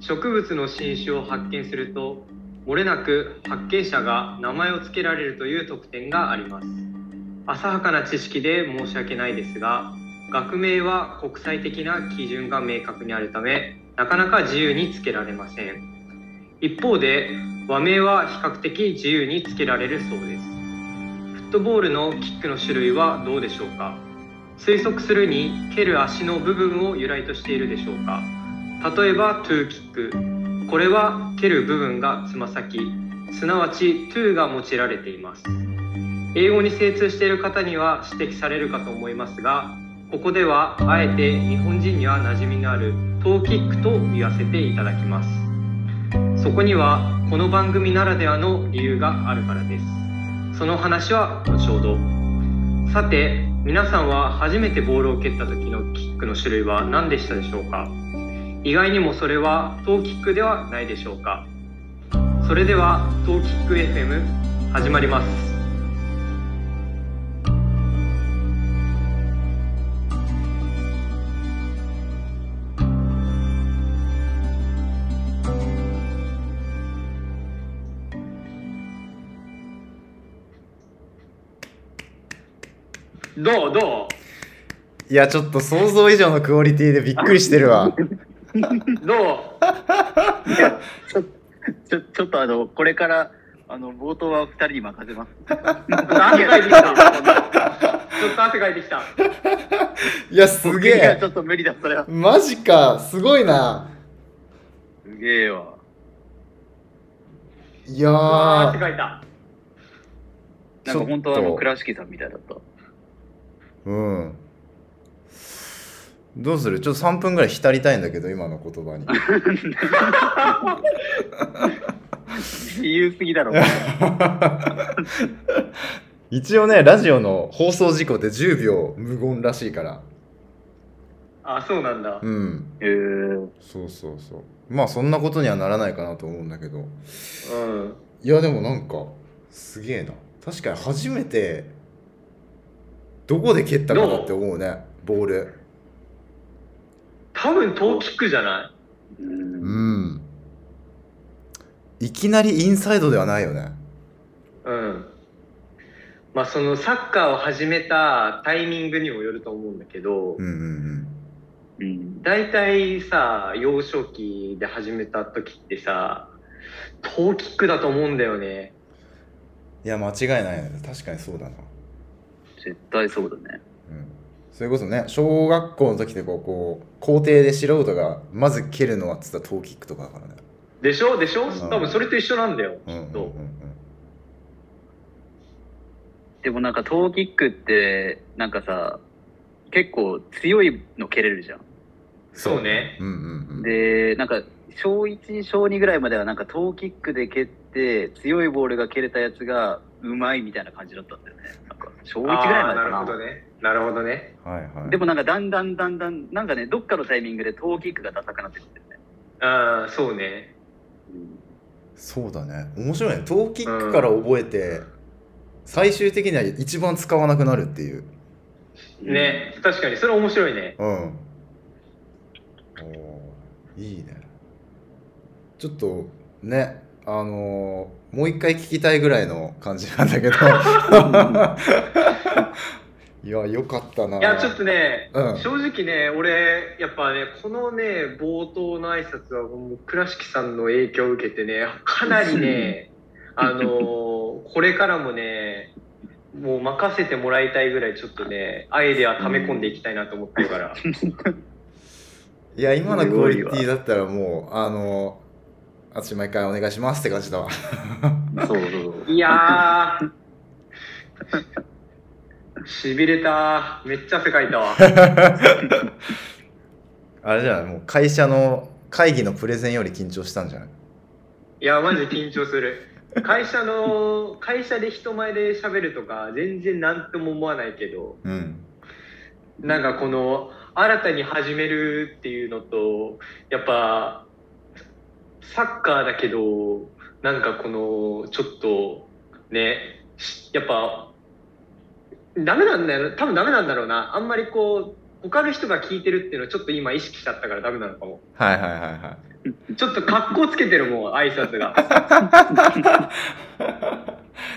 植物の新種を発見すると漏れなく発見者が名前を付けられるという特典があります浅はかな知識で申し訳ないですが学名は国際的な基準が明確にあるためなかなか自由に付けられません一方で和名は比較的自由に付けられるそうですフットボールのキックの種類はどうでしょうか推測するに蹴る足の部分を由来としているでしょうか例えばトゥーキックこれは蹴る部分がつま先すなわちトゥーが用いられています英語に精通している方には指摘されるかと思いますがここではあえて日本人には馴染みのあるトーキックと言わせていただきますそこにはこの番組ならではの理由があるからですその話は後ほどさて皆さんは初めてボールを蹴った時のキックの種類は何でしたでしょうか意外にもそれはトーキックではないでしょうかそれではトーキック FM 始まりますどうどいや、ちょっと想像以上のクオリティでびっくりしてるわ。うどちょ ちょっとあの、これから、あの、冒頭は二人に任せ ます。うちょっと汗かいてきたちょっと汗かいてきたいや、すげいやえち。ょっと無理だ、それは。マジか、すごいな。すげえわ。いやあー汗ー、かいたなちんょっかと本当はあの、倉敷さんみたいだった。うん。どうするちょっと3分ぐらい浸りたいんだけど、今の言葉に。自由す ぎだろ。一応ね、ラジオの放送事故で10秒無言らしいから。あそうなんだうん。えー、そうそうそう。まあ、そんなことにはならないかなと思うんだけど。うんいやでもなんかすげえな確かに初めてどこで蹴ったかなって思うねボール多分トーキックじゃなうん。うんいきなりインサイドではないよねいうんまあそのサッカーを始めたタイミングにもよると思うんだけど、うんうんうん、大体さ幼少期で始めた時ってさトーキックだと思うんだよねいや間違いないね確かにそうだな、絶対そうだね。うん、それこそね小学校の時でこうこう校庭で素人がまず蹴るのはっつったらトーキックとかだからねでしょでしょん多分それと一緒なんだようんうんうんでもなんか、トーキックって、なんかさ、結構強いの蹴れるじゃん。そうねうんうんうんで、なんか、小1、小2ぐらいまではなんか、トーキックで蹴って、強いボールが蹴れたやつが、うまいみたいな感じだったんだよね。なんか、小1ぐらいまあーなでかるな。ほどねなるほどねはいはいでもなんかだんだんだんだん、なんかね、どっかのタイミングでトーキックがダサくなってくるんだよね。ああそうねそうだね面白いねトーキックから覚えて、最終的には一番使わなくなるっていうね、確かにそれ面白いねうんおーいいねちょっとねあのーもう一回聞きたいぐらいの感じなんだけど いやよかったないいやちょっとね、うん正直ね俺やっぱねこのね冒頭の挨拶はもう倉敷さんの影響を受けてねかなりねあのーこれからもねもう任せてもらいたいぐらいちょっとねアイデア溜め込んでいきたいなと思ってるから、いや今のクオリティだったらもうあのー、私毎回お願いしますって感じだわうんそうそうそう。いやーしびれためっちゃ汗かいたわあれじゃないもう会社の会議のプレゼンより緊張したんじゃないいやマジ緊張する会社の会社で人前で喋るとか全然何とも思わないけどうんなんかこの新たに始めるっていうのとやっぱサッカーだけどなんかこのちょっとねしやっぱダメなんだよ多分ダメなんだろうなあんまりこう他の人が聞いてるっていうのはちょっと今意識しちゃったからダメなのかもはいはいはいはいちょっと格好つけてるもん挨拶 が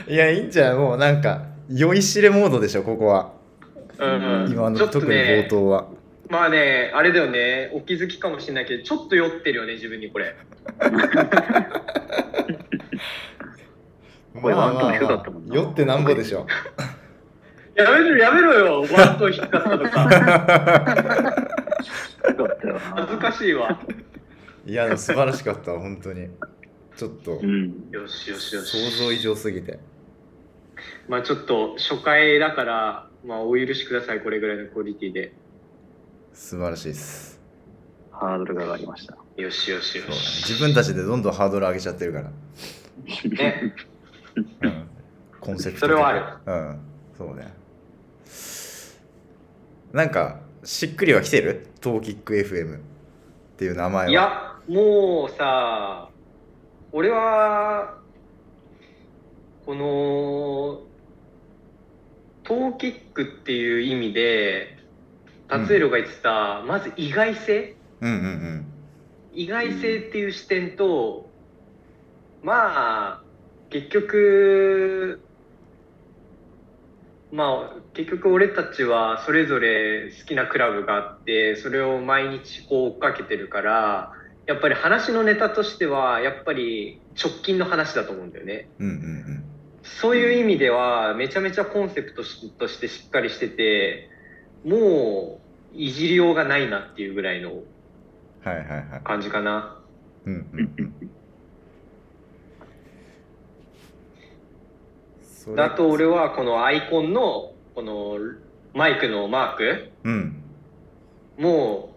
いや、いいんじゃないもうなんか、酔いしれモードでしょ、ここは。うん、うん、今の、ちょっと特に冒ね頭は。まあねあれだよねお気づきかもしれないけどちょっと酔ってるよね自分にこれ声はあんたも低かったもんな酔ってなんぼでしょ。やめろやめろよワントン引っかかったとかよかったよな恥ずかしい わいや、でも素晴らしかったわ、本当に。ちょっと、うん。よしよしよし想像以上すぎて。まあちょっと初回だからまあお許しくださいこれぐらいのクオリティで素晴らしいです。ハードルが上がりました。よしよしそうよだねし自分たちでどんどんハードル上げちゃってるから。ねうんコンセプトそれはある。うん、そうね。なんか、しっくりは来てるトーキック FM っていう名前は。いやもうさ俺はこのトーキックっていう意味で達弘が言ってた、まず意外性うんうんうん。意外性っていう視点と、まあ結局まあ結局俺たちはそれぞれ好きなクラブがあってそれを毎日こう追っかけてるからやっぱり話のネタとしてはやっぱり直近の話だと思うんだよね。うんうんそういう意味ではめちゃめちゃコンセプトしとしてしっかりしててもういじりようがないなっていうぐらいのうん。はいはいはい。感じかな。うんうんうん。 それあと俺はこのアイコンのこのマイクのマークうん。 も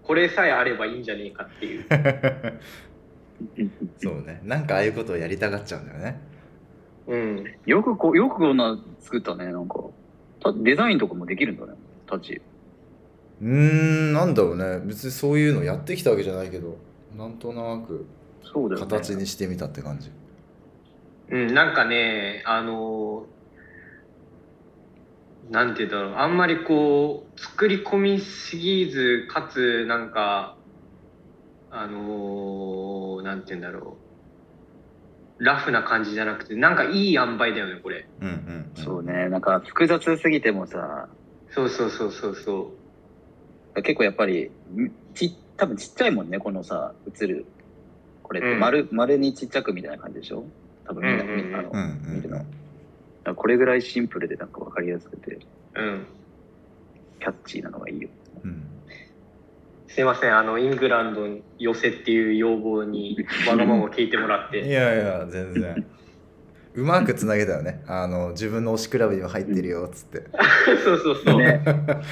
うこれさえあればいいんじゃねえかっていうそうね。なんかああいうことをやりたがっちゃうんだよね。うんよくこ、よくこんな作ったね、なんか。たデザインとかもできるんだね、タチ。うーん、なんだろうね。別にそういうのやってきたわけじゃないけど、なんとなくそうだよね。形にしてみたって感じ。うんなんかねあのなんて言うんだろうあんまりこう作り込みすぎずかつなんかあのなんて言うんだろうラフな感じじゃなくてなんかいい塩梅だよねこれうんうん、うん。そうね、なんか複雑すぎてもさ、そうそうそうそうそう結構やっぱり、んち多分ちっちゃいもんね、このさ、映る。これってうん丸、丸にちっちゃくみたいな感じでしょ多分みんな、うんうんうんあのうん見てうんたうん。なんかこれぐらいシンプルでなんかわかりやすくて、うんキャッチーなのがいいよ。うんすいませんあのイングランド寄せっていう要望にわがままを聞いてもらっいてやいや、全 然。うまくつなげたよね。あの、自分の推しクラブにも入ってるよ、つっ て。 そうそうそう、ね、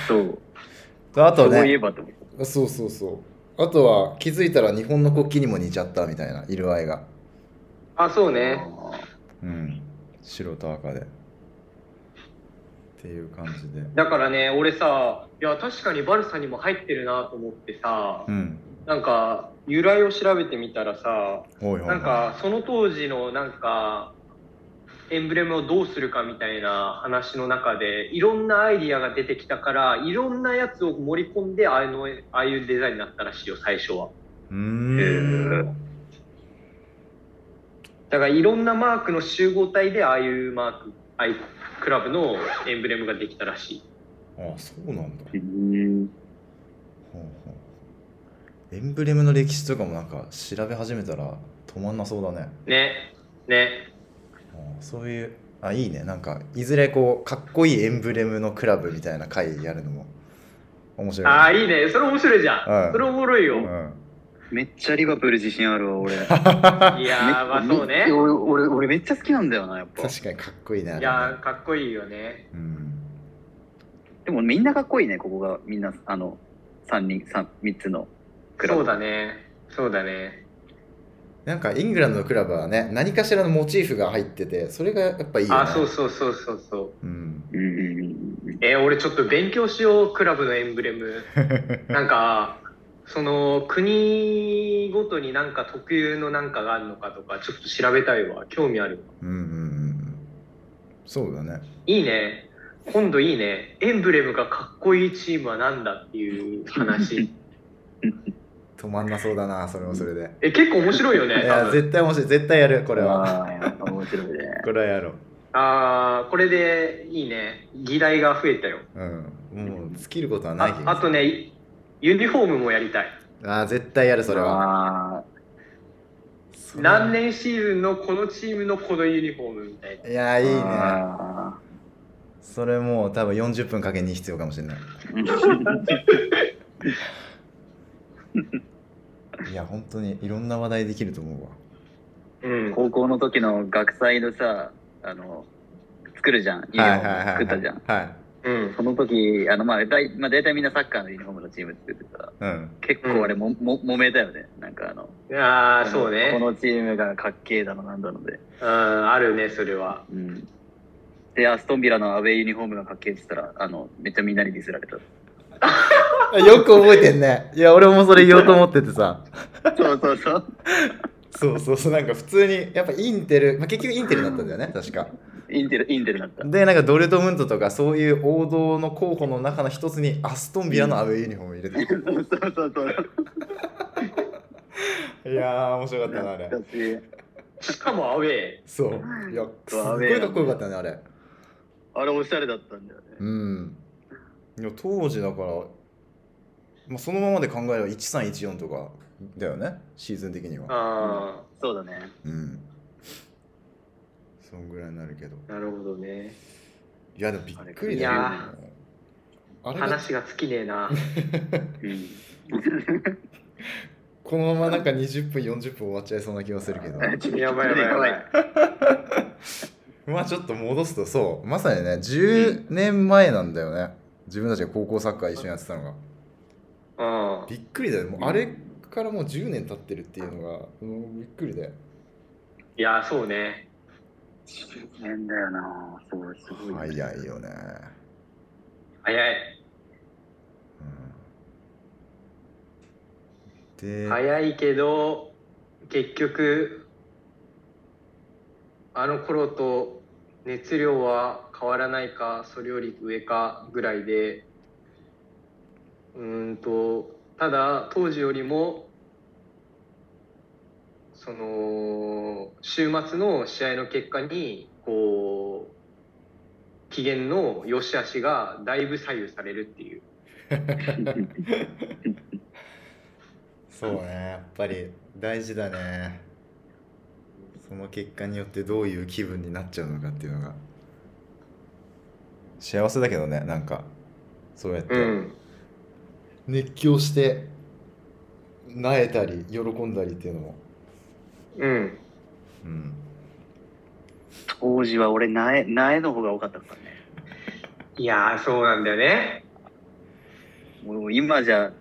そう。あとそういえね、ばと思って。そうそうそう。あとは気づいたら日本の国旗にも似ちゃったみたいな色合いが。あそうあねーうん。白と赤で。っていう感じで。だからね俺さいや確かにバルサにも入ってるなと思ってさうん。なんか由来を調べてみたらさおいおいおい。なんかその当時のなんかエンブレムをどうするかみたいな話の中でいろんなアイディアが出てきたからいろんなやつを盛り込んでああいうのああいうデザインになったらしいよ最初は。うーん。だからいろんなマークの集合体でああいうマークああいうクラブのエンブレムができたらしいあ、そうなんだ。うんほうほうエンブレムの歴史とかもなんか調べ始めたら止まんなそうだね。ねねあそういうあいいねなんかいずれこうかっこいいエンブレムのクラブみたいな会やるのも面白いあね、あいいねそれ面白いじゃうんんそれおもろいうよん、めっちゃリバプール自信ある わ、俺。いやーまあそうねめ俺俺俺めっちゃ好きなんだよなやっぱ確かにかっこいいねあれいやーかっこいいよねうん、でもみんなかっこいいねここがみんなあの3人三三つのクラそブうだねそうだねなんかイングランドのクラブはね何かしらのモチーフが入っててそれがやっぱいいよねあそうそうそうそうそううん、うんうんうんえー俺ちょっと勉強しようクラブのエンブレム なんかその国ごとになんか特有のなんかがあるのかとかちょっと調べたいわ興味あるわうんうんうんそうだねいいね。今度いいねエンブレムがかっこいいチームはなんだっていう話止まんなそうだなそれもそれでえ結構面白いよいね多や分絶対面白い絶対やるここれは面白いね。これはやろうあーこれでいいね議題が増えたようんもう尽きることはないあけどあとねユニフォームもやりたいあー絶対やるそれはは。それは何年シーズンのこのチームのこのユニフォームみたいないやいいねあそれもう多分40分かけに必要かもしれないーいや本当にいろんな話題できると思うわうん高校の時の学祭のさ、あの、作るじゃん。ユニフォーム作ったじゃん。はいうんその時、あの、まあ、大まあ、大体みんなサッカーのユニフォームのチーム作ってさ、うん結構あれも、も、揉めたよね。なんかあの、ああそうねこのチームがかっけえだのなんだので。うんあるねそれはうん。で、アストンビラのアウェイユニフォームがかっけえって言ったら、あの、めっちゃみんなにディスられた。よく覚えてんねいや俺もそれ言おうと思っててさそうそうそう。そうそうそうなんか普通にやっぱインテル、まあ、結局インテルだったんだよね確かインテル、インテル だった。でなんかドルトムントとかそういう王道の候補の中の一つにアストンビラのアウェーユニフォーム入れてそうそうそう。たいやー面白かったなあれ懐かしいしかもアウェーそういやすっアウごェーいかっこよかったねあれあれおしゃれだったんだよね。うんいや当時だから、まあ、そのままで考えれば1314とかだよねシーズン的にはあそうだね。うんそんぐらいになるけどあなるほどねいやでもびっくりだよいやあれが話が尽きねえなうん。このままなんか20分40分終わっちゃいそうな気がするけどやばいやばいやばい。まあちょっと戻すとそうまさにね10年前なんだよね自分たちが高校サッカー一緒にやってたのがうんびっくりだよもうあれからもう10年経ってるっていうのがもうびっくりだよいやそうね変だよな。すごい、すごい。早いよね、早いうん、で、早いけど結局あの頃と熱量は変わらないかそれより上かぐらいでうーんとただ当時よりもその週末の試合の結果にこう機嫌の良し悪しがだいぶ左右されるっていうそうねやっぱり大事だねその結果によってどういう気分になっちゃうのかっていうのが幸せだけどねなんかそうやって、うん熱狂してなえたり喜んだりっていうのも、うんうん、当時は俺、苗、苗の方が多かったからね。いやーそうなんだよねもう今じゃ、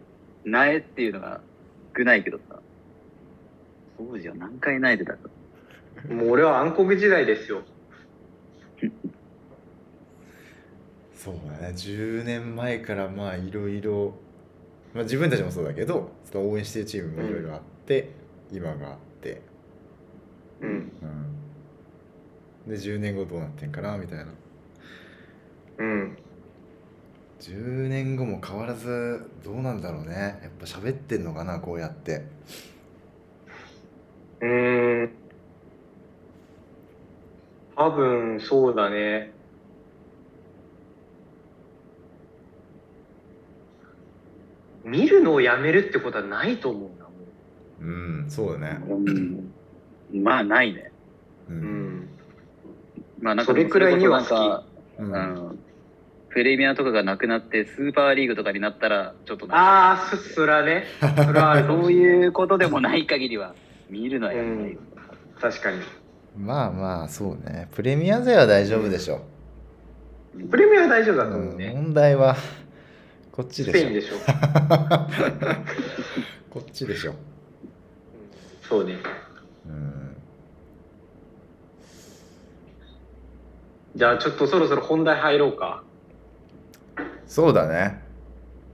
苗っていうのが少ないけどさ。当時は何回苗でだったもう俺は暗黒時代ですよ。そうだね10年前からまあいろいろまあ自分たちもそうだけどその応援してるチームもいろいろあって、今があって、うん。うん、で10年後どうなってんかなみたいなうん。 10年後も変わらずどうなんだろうねやっぱ喋ってんのかなこうやってうーん。多分そうだね。見るのをやめるってことはないと思うな。もうんそうだねうん。まあ、ないね。ううう、ん。まあ、なんか、それくらいには好きそれこそなんかう、うんんプレミアとかがなくなってスーパーリーグとかになったらちょっとなああ、そ、そらね。そらあるかそもうしれないいうことでもない限りは見るのはやめないよ、 確かに。まあまあそうねプレミア勢は大丈夫でしょうんプレミアは大丈夫だと思う、うんね。問題はこっちスでペしイょンでしょ。こっちでしょそうね。うんじゃあちょっとそろそろ本題入ろうか。そうだね